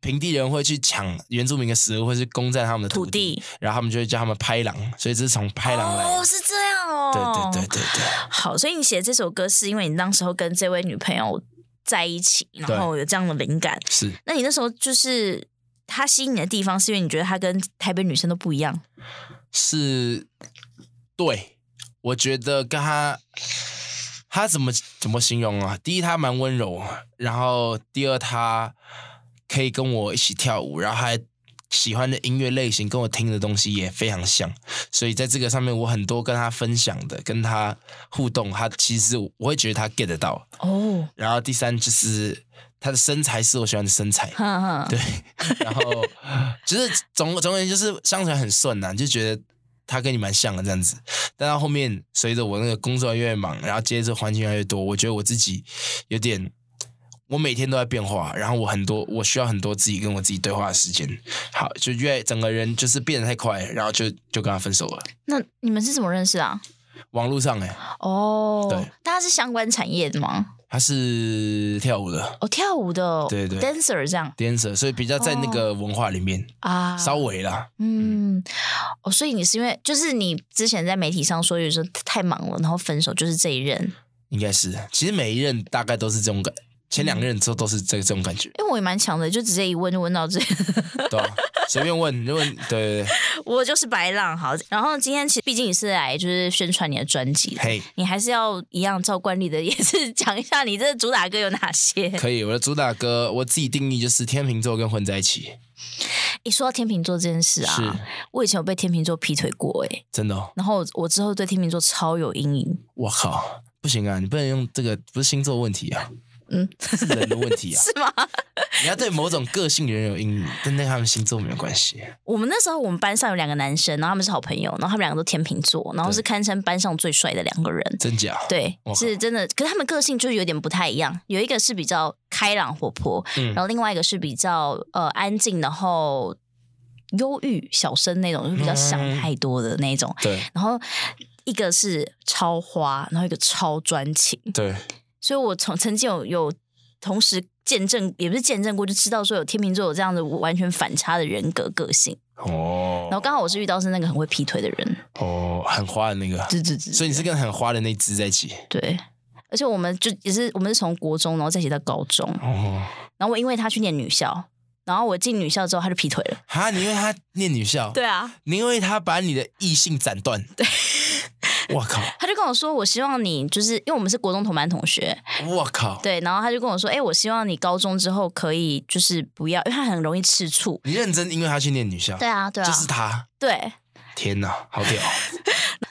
平地人会去抢原住民的食物，或是攻占他们的土土地，然后他们就会叫他们拍狼，所以这是从拍狼来哦，的。是这样哦，对对对。对对，好，所以你写这首歌是因为你当时候跟这位女朋友在一起，然后有这样的灵感。是那你那时候就是她吸引你的地方，是因为你觉得她跟台北女生都不一样，是，对，我觉得跟他。他怎么怎么形容啊？第一，他蛮温柔，然后第二，他可以跟我一起跳舞，然后还喜欢的音乐类型跟我听的东西也非常像，所以在这个上面，我很多跟他分享的，跟他互动，他其实我会觉得他 get 得到。哦，然后第三就是他的身材是我喜欢的身材，哼哼，对，然后就是总总而言之就是相处得很顺呐、就觉得他跟你蛮像的这样子。但到后面随着我那个工作越来越忙，然后接触环境越来越多，我觉得我自己有点，我每天都在变化，然后我很多我需要很多自己跟我自己对话的时间。好，就越整个人就是变得太快，然后就就跟他分手了。那你们是怎么认识啊？网络上哎、哦对，大家是相关产业的吗？他是跳舞的哦，跳舞的，对对 d a n c e r 这样 dancer，所以比较在那个文化里面、啊，稍微啦。嗯，哦，所以你是因为就是你之前在媒体上说，有时候太忙了，然后分手，就是这一任。应该是，其实每一任大概都是这种感，前嗯，两任都都是这这种感觉因为我也蛮强的，就直接一问就问到这，对 啊？随便问，就问，对对对，我就是白浪好。然后今天其实毕竟你是来就是宣传你的专辑的，嘿，你还是要一样照惯例的，也是讲一下你这主打歌有哪些。 可以。我的主打歌，我自己定义就是天秤座跟混在一起，一说到天秤座这件事是啊，我以前有被天秤座劈腿过哎、真的、哦。然后我我之后对天秤座超有阴影。我靠，不行啊，你不能用这个，不是星座问题啊，嗯， 是人的问题啊。是吗？你要对某种个性的人有阴影，但跟他们星座没有关系。我们那时候我们班上有两个男生，然后他们是好朋友，然后他们两个都天秤座，然后对是堪称班上最帅的两个人。真假？对我，靠是真的。可是他们个性就是有点不太一样，有一个是比较开朗活泼，嗯然后另外一个是比较呃安静，然后忧郁小生那种，就比较想嗯太多的那种。对然后一个是超花，然后一个超专情。 对，所以我从曾经有有同时见证，也不是见证过，就知道说有天秤座有这样的完全反差的人格个性。然后哦刚好我是遇到是那个很会劈腿的人，哦，很花的那个，对对对所以你是跟很花的那只在一起。对。而且我们就也是我们是从国中，然后再一起到高中，哦，然后我因为他去念女校，然后我进女校之后他就劈腿了。哈，你因为他念女校，对啊，你因为他把你的异性斩断。对， 我靠，他就跟我说，我希望你就是因为我们是国中同班同学，我靠，对，然后他就跟我说，哎、我希望你高中之后可以就是不要，因为他很容易吃醋。你认真，因为他去念女校，对啊，对啊，就是他。对。天哪，好 屌！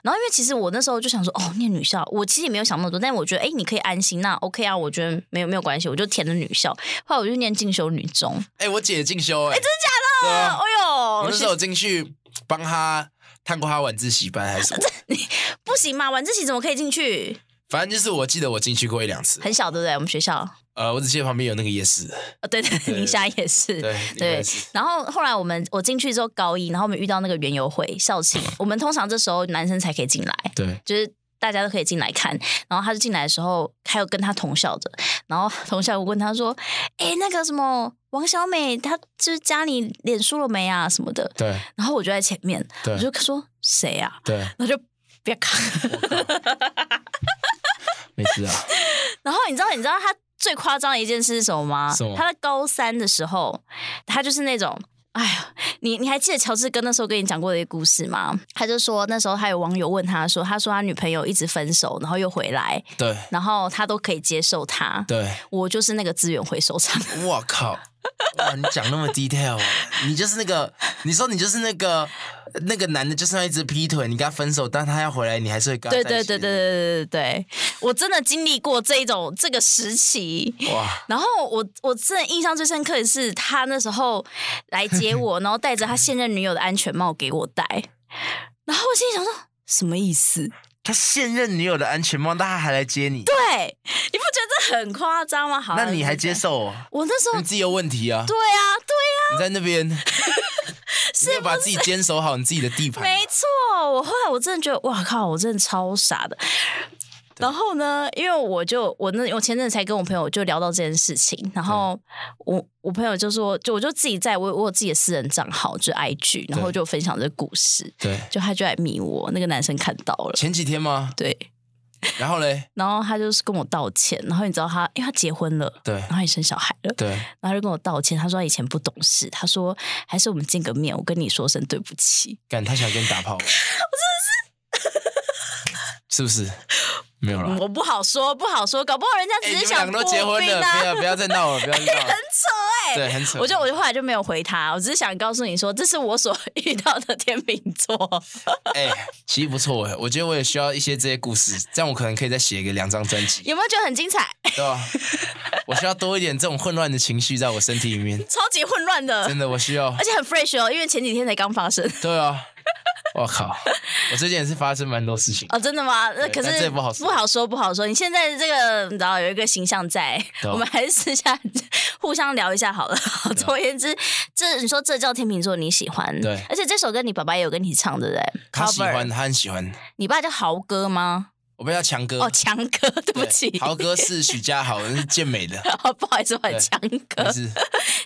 然后因为其实我那时候就想说，哦，念女校，我其实也没有想那么多，但我觉得，哎、你可以安心，那 OK 啊，我觉得没有没有关系，我就填了女校，后来我就念进修女中。哎、我姐进修、哎、真假的？哦啊哎我呦，那时候进去帮她探过她晚自习班还是什 么，不行嘛，晚自习怎么可以进去？反正就是我记得我进去过一两次。很小，对不对？我们学校，呃，我只记得旁边有那个夜市，哦、对对，对宁夏也是，对对夜市，然后后来我们我进去之后高一，然后我们遇到那个园游会校庆，我们通常这时候男生才可以进来，对，就是大家都可以进来看。然后他就进来的时候，还有跟他同校的，然后同校我问他说：“哎，那个什么王小美，她就是加你脸书了没啊什么的对，？”然后我就在前面，我对，就说：“谁啊对，？”然后就别看。没事啊，啊然后你知道，你知道他最夸张的一件事是什么吗什么？他在高三的时候，他就是那种。哎呀，你你还记得乔治跟那时候跟你讲过的一个故事吗？他就说那时候他有网友问他说，他说他女朋友一直分手，然后又回来，对然后他都可以接受他。对，我就是那个资源回收厂，我靠！哇，你讲那么 detail，啊你就是那个，你说你就是那个那个男的，就算一直劈腿，你跟他分手，但他要回来，你还是会跟他对在对一起对对对对对对，我真的经历过这一种这个时期。哇，然后我我真的印象最深刻的是，他那时候 来接我，然后戴着他现任女友的安全帽给我戴，然后我心里想说什么意思？他现任女友的安全帽，但他还来接你，对，你不觉得这很夸张吗？好，那你还接对？受哦？我那时候你自己有问题啊！对啊，对你在那 边，你要把自己坚守好你自己的地盘。没错。我后来我真的觉得，哇靠，我真的超傻的。然后呢，因为我就我那我前阵子才跟我朋友就聊到这件事情，然后我我朋友就说，就我就自己在我我有自己的私人账号，就是 IG，然后就分享这个故事，对，就他就来迷我，那个男生看到了，前几天吗？对，然后嘞，然后他就是跟我道歉，然后你知道他，因为他结婚了，对然后也生小孩了，对，然后他就跟我道歉，他说他以前不懂事，他说还是我们见个面，我跟你说声对不起。干他想跟你打炮，我真的是，是不是？没有啦。我不好说，不好说，搞不好人家嗯哎只你是们两想个破都结婚冰了，不啊。要不要再闹了，不要 再闹了，很扯哎、对，很扯。我就我就后来就没有回他，我只是想告诉你说，这是我所遇到的天秤座。哎、其实不错哎，我觉得我也需要一些这些故事，这样我可能可以再写一个两张专辑，有没有觉得很 精彩？对吧？我需要多一点这种混乱的情绪在我身体里面，超级混乱的，真的，我需要而。且很 fresh 哦，因为前几天才刚发生。对啊，我靠，我最近也是发生蛮多事情，哦，真的吗？那对可但这是也不好说不好说，不好说。你现在这个，你知道有一个形象在，对啊我们还是私下互相聊一下好了。好 总而言之，这你说这叫天秤座，你喜欢？对而且这首歌你爸爸也有跟你唱，对不对？他喜 Cover 欢，他很喜欢。你爸叫豪哥吗？我被他强哥哦，强哥，对不对起，豪哥是许家豪，是健美的，哦 不好意思，我对很强还哥，是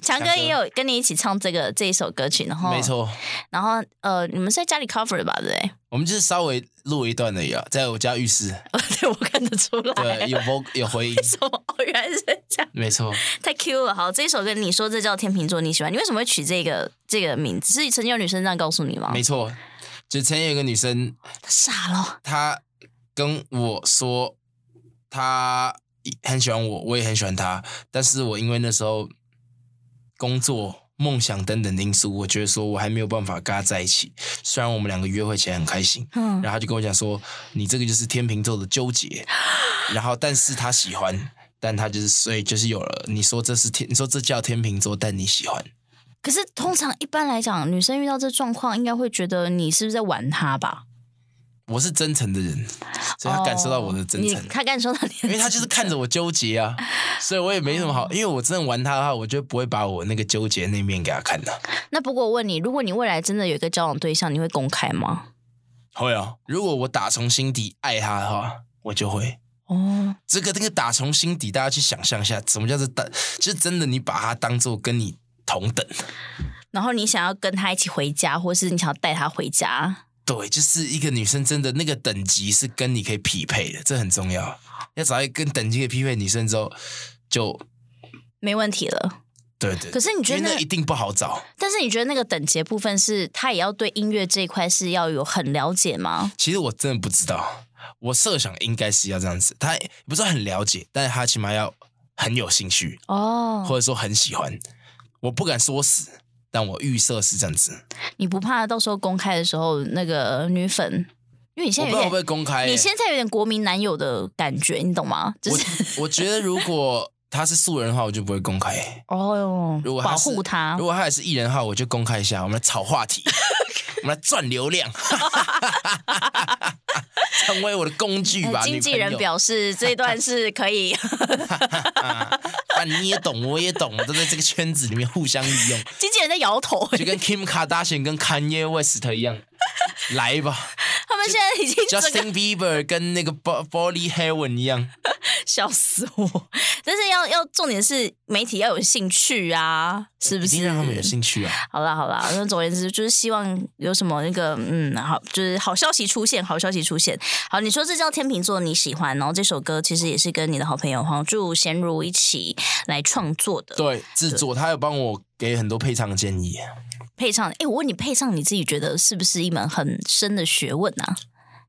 强哥强哥也有跟你一起唱这个这一首歌曲，然后没，错。然后呃，你们是在家里 cover 的吧？对不 对？我们就是稍微录一段而已啊，在我家浴室，哦对，我看得出来。对， 有 vo 有回音，什么？哦，原来是这样，没错。太 Q 了。好，这一首歌你说这叫天秤座，你喜欢？你为什么会取这个这个名字？是曾经有女生这样告诉你吗？没错，就曾经有一个女生，傻了，她跟我说她很喜欢我，我也很喜欢她，但是我因为那时候工作、梦想等等的因素，我觉得说我还没有办法跟她在一起。虽然我们两个约会起来很开心，嗯然后她就跟我讲说：“你这个就是天秤座的纠结。” 然后，但是她喜欢。但她就是，所以就是有了。你说这是天，你说这叫天秤座，但你喜欢，可是通常一般来讲，女生遇到这状况，应该会觉得你是不是在玩她吧？我是真诚的人，所以她感受到我的真诚。哦你她感受到你的真诚，因为他就是看着我纠结 啊，所以我也没什么嗯好。因为我真的玩他的话，我就不会把我那个纠结那面给他看的、那不过我问你，如果你未来真的有一个交往对象，你会公开吗？会啊，如果我打从心底爱他的话，我就会。哦，这个这个打从心底，大家去想象一下，什么叫做当？就是真的，你把他当做跟你同等，然后你想要跟他一起回家，或是你想要带他回家，对，就是一个女生真的那个等级是跟你可以匹配的，这很重要。要找一个跟等级可以匹配的女生之后，就没问题了。对对可是你觉因为得那那个一定不好找。但是你觉得那个等级的部分是他也要对音乐这一块是要有很了解吗？其实我真的不知道，我设想应该是要这样子。他不是很了解，但是他起码要很有兴趣，哦，或者说很喜欢。我不敢说死，但我预设是这样子。你不怕到时候公开的时候那个女粉，因为你我现不知在有道会不点，会公开、你欸。现在有点国民男友的感觉，你懂吗？就是 我我觉得如果他是素人的话，我就不会公开、 欸哦哟，如果保是护他如，果他也是艺人的话，我就公开一下，我们来炒话 题，我们来赚流量， 成为我的工具吧。呃 经纪人女朋友表示这一段是可以啊，啊你也懂，我也懂，都在这个圈子里面互相利用。经纪人在摇头、 就跟 Kim Kardashian 跟 Kanye West 一 样，来吧他们现在已经整个，Justin Bieber 跟那个 Bo- Bolly Heaven 一样，笑死我！但是要要重点是媒体要有兴趣啊，是不一是？呃定让他们有兴趣啊！好啦好啦，那总而言之就是希望有什么那个嗯好，就是好消息出现，好消息出现。好，你说这叫天秤座你喜欢，然后这首歌其实也是跟你的好朋友黄祝贤如一起来创作的。对，制作他有帮我给很多配唱建议，配唱，哎，我问你配唱，你自己觉得是不是一门很深的学问啊？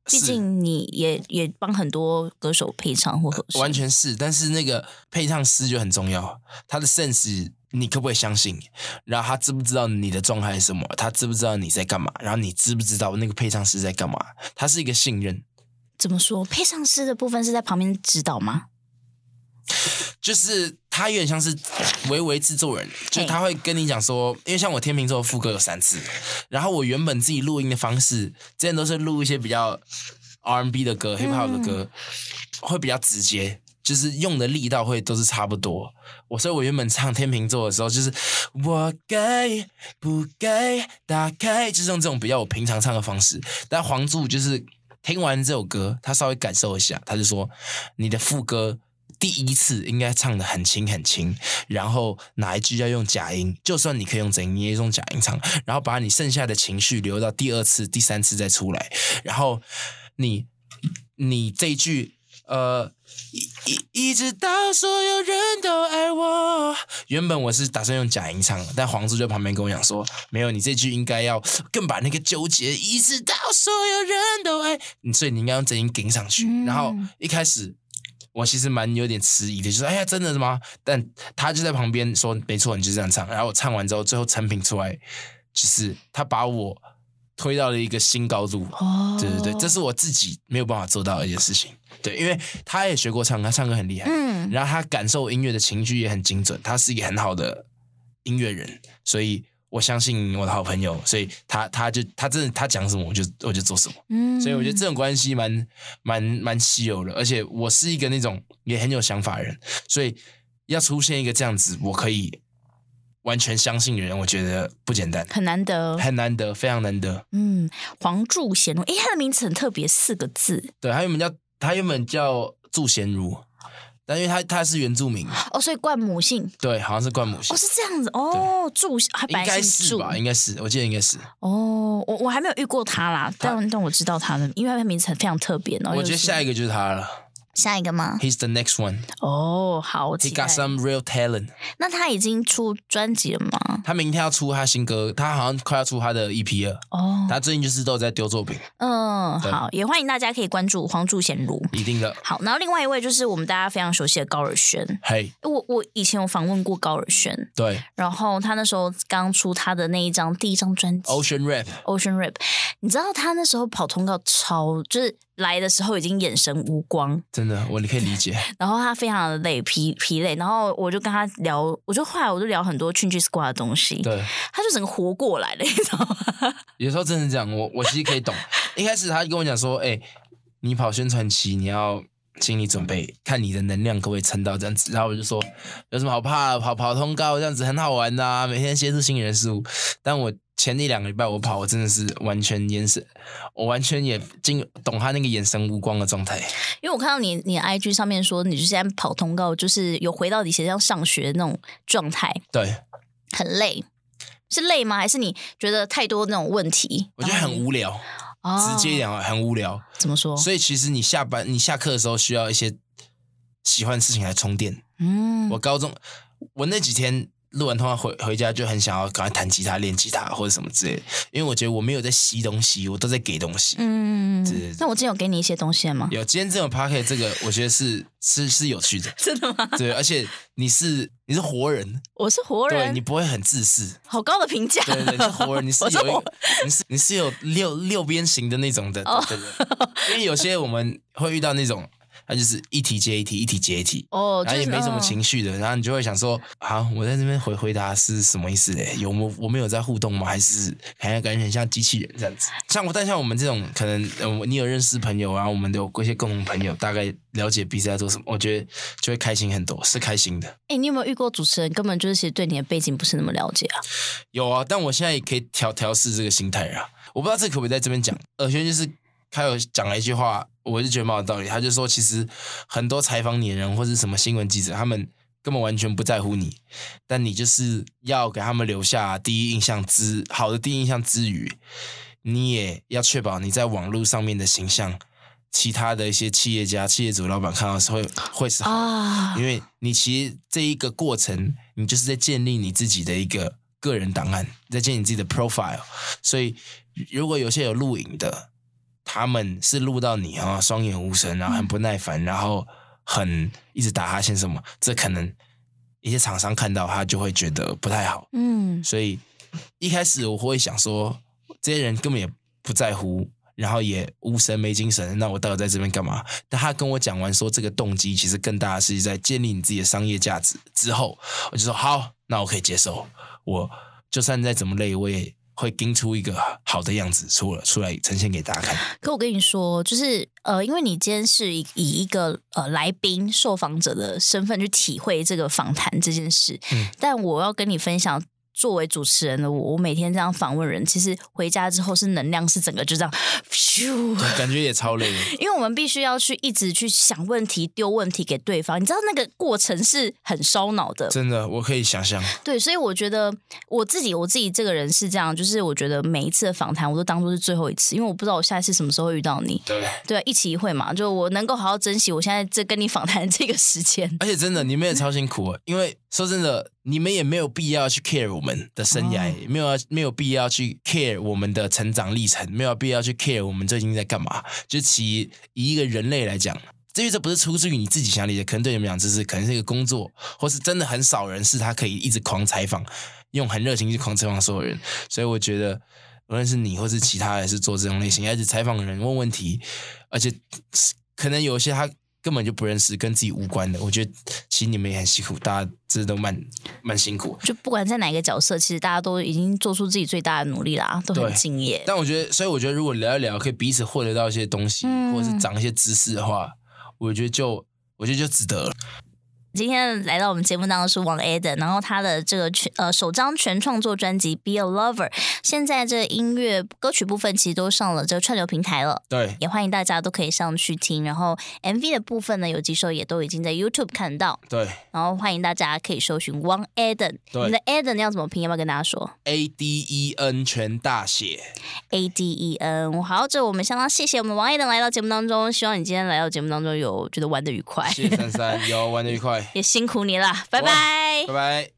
毕是竟你也也帮很多歌手配唱或合声，呃完全是，但是那个配唱师就很重要，他的 sense 你可不可以相信？然后他知不知道你的状态是什么？他知不知道你在干嘛？然后你知不知道那个配唱师在干嘛？他是一个信任，怎么说？配唱师的部分是在旁边指导吗？就是他有点像是维维制作人，就是他会跟你讲说，因为像我天秤座的副歌有三次，然后我原本自己录音的方式，之前都是录一些比较 R&B 的歌、hip hop 的歌，会比较直接。就是用的力道会都是差不多，我所以，我原本唱天秤座的时候，就是我该不该打开，就是用这种比较我平常唱的方式。但黄柱就是听完这首歌，他稍微感受一下，他就说：“你的副歌第一次应该唱的很轻很轻，然后哪一句要用假音，就算你可以用真音，你也用假音唱，然后把你剩下的情绪留到第二次、第三次再出来，然后你你这一句。”呃，一一一直到所有人都爱我。原本我是打算用假音唱的，但黄叔就旁边跟我讲说，没有，你这句应该要更把那个纠结，一直到所有人都爱你，所以你应该用真音顶上去。嗯然后一开始。我其实蛮有点迟疑的，就是哎呀，真的吗？但他就在旁边说，没错，你就这样唱。然后我唱完之后，最后成品出来，就是他把我推到了一个新高度。哦对对对，这是我自己没有办法做到的一件事情。对，因为他也学过唱歌，他唱歌很厉害，嗯，然后他感受音乐的情绪也很精准，他是一个很好的音乐人，所以我相信我的好朋友，所以他他就他真的他讲什么我就我就做什么，嗯所以我觉得这种关系蛮蛮蛮稀有的，而且我是一个那种也很有想法的人，所以要出现一个这样子我可以完全相信的人，我觉得不简单，很难得。哦很难得，非常难得。嗯，黄柱贤如，诶，他的名字很特别，四个字对，他原本叫他原本叫祝贤如，但因为他他是原住民，哦，所以冠母姓对，好像是灌母姓哦，，是这样子哦，柱他应本来该姓是柱吧？应该是，我记得应该是。哦，我我还没有遇过他啦，但但我知道他的，因为他的名字很非常特别。然后我觉得下一一个就是他了下一个吗？ ，He's the next one. 哦，好，我 He 期待 got。some real talent. 那他已经出专辑了吗？他明天要出他新歌，他好像快要出他的 EP 了。哦，他最近就是都有在丢作品，嗯，对好，也欢迎大家可以关注黄柱贤如。一定的。好，然后另外一位就是我们大家非常熟悉的高尔宣。嘿，我我以前有访问过高尔宣， 对然后他那时候刚出他的那一张第一张专辑，Ocean Rap， Ocean Rap，你知道他那时候跑通告超，就是来的时候已经眼神无光，真的，我你可以理 解。然后他非常的累疲疲累，然后我就跟他聊，我就后来我就聊很多 Change Squad 的东西，对，他就整个活过来了，你知道吗？ 有时候真的这样，我我其实可以懂。一开始他跟我讲说，哎、你跑宣传期，你要心理准备，看你的能量可不可以撑到这样子。然后我就说，有什么好怕的？跑跑通告这样子很好玩的、啊，每天接触新人事物。但我前一两个礼拜我跑，我真的是完全眼神，我完全也进懂他那个眼神无光的状态。因为我看到你你的 IG 上面说你就现在跑通告，就是有回到以前像上学那种状态，对很累，是累吗？还是你觉得太多那种问题？我觉得然后很你无聊，哦直接一点啊，很无聊。怎么说？所以其实你下班、你下课的时候需要一些喜欢的事情来充电。嗯，我高中，我那几天录完通话回回家就很想要赶快弹吉他、练吉他或者什么之类的，因为我觉得我没有在吸东西，我都在给东西。嗯对对对，那我之前有给你一些东西了吗？，有今天这种 p o c k e t 这个，我觉得是是是有趣的真的吗？对，而且你是你是活人，我是活对人你，不会很自私，好高的评价。对对对，你是活人，你是我是有一活个你是你是有六六边形的那种的，哦对对对，因为有些我们会遇到那种，他就是一题接一题，一题接一题，哦，然就后是也没什么嗯情绪的，然后你就会想说，啊，我在这边回回答是什么意思嘞？有没我们有在互动吗？还是还像感觉很像机器人这样子？像我，但像我们这种可能，呃，你有认识朋友啊，我们都有一些共同朋友，大概了解彼此在做什么，我觉得就会开心很多，是开心的。哎、你有没有遇过主持人根本就是其实对你的背景不是那么了解啊？有啊，但我现在也可以调调试这个心态啊。我不知道这可不可以在这边讲。尔轩就是他有讲了一句话，我就觉得蛮有道理。他就说，其实很多采访你的人或是什么新闻记者，他们根本完全不在乎你，但你就是要给他们留下第一印象之好的第一印象之余，你也要确保你在网络上面的形象，其他的一些企业家、企业主、老板看到是会会是好的啊因为你其实这一个过程，你就是在建立你自己的一个个人档案，在建立你自己的 profile。所以，如果有些有录影的，他们是录到你啊，双眼无神，然后很不耐烦，然后很一直打哈欠什么，这可能一些厂商看到他就会觉得不太好。嗯所以一开始我会想说，这些人根本也不在乎，然后也无神没精神，那我到底在这边干嘛？但他跟我讲完说，这个动机其实更大的是在建立你自己的商业价值之后，我就说好，那我可以接受，我就算再怎么累，我也会盯出一个好的样子出了出来，呈现给大家看。可我跟你说，就是呃，因为你今天是以以一个呃来宾、受访者的身份去体会这个访谈这件事，嗯但我要跟你分享。作为主持人的我，我每天这样访问人，其实回家之后是能量是整个就这样，咻，感觉也超累的，因为我们必须要去一直去想问题、丢问题给对方，你知道那个过程是很烧脑的。真的，我可以想象，对，所以我觉得我自己我自己这个人是这样，就是我觉得每一次的访谈我都当做是最后一次，因为我不知道我下一次什么时候会遇到你。对。对啊，一期一会嘛，就我能够好好珍惜我现在这跟你访谈的这个时间。而且真的，你们也超辛苦，啊因为说真的，你们也没有必要去 care 我们的生涯，哦也没有要没有必要去 care 我们的成长历程，没有必要去 care 我们最近在干嘛。就其以一个人类来讲。至于这不是出自于你自己想理解，可能对你们讲，这是可能是一个工作，或是真的很少人是他可以一直狂采访，用很热情去狂采访所有人。所以我觉得，无论是你或是其他人是做这种类型，而且采访人问问题，而且可能有一些他根本就不认识，跟自己无关的。我觉得其实你们也很辛苦，大家真的都蛮蛮辛苦。就不管在哪一个角色，其实大家都已经做出自己最大的努力啦，都很对敬业。但我觉得，所以我觉得，如果聊一聊，可以彼此获得到一些东西，嗯或者是长一些知识的话，我觉得就我觉得就值得了。今天来到我们节目当中是王 Eden，然后他的这个全呃首张全创作专辑《Be a Lover》，现在这音乐歌曲部分其实都上了这个串流平台了。对，也欢迎大家都可以上去听，然后 MV 的部分呢，有几首也都已经在 YouTube 看到，对然后欢迎大家可以搜寻 One Eden，对你的 Eden 要怎么拼？要不要跟大家说？ ，A D E N 全大写， A D E N。好，这我们相当谢谢我们的王一等来到节目当中，希望你今天来到节目当中有觉得玩的愉快， 谢谢珊珊，有玩的愉快，也辛苦你啦，拜哇拜拜。拜。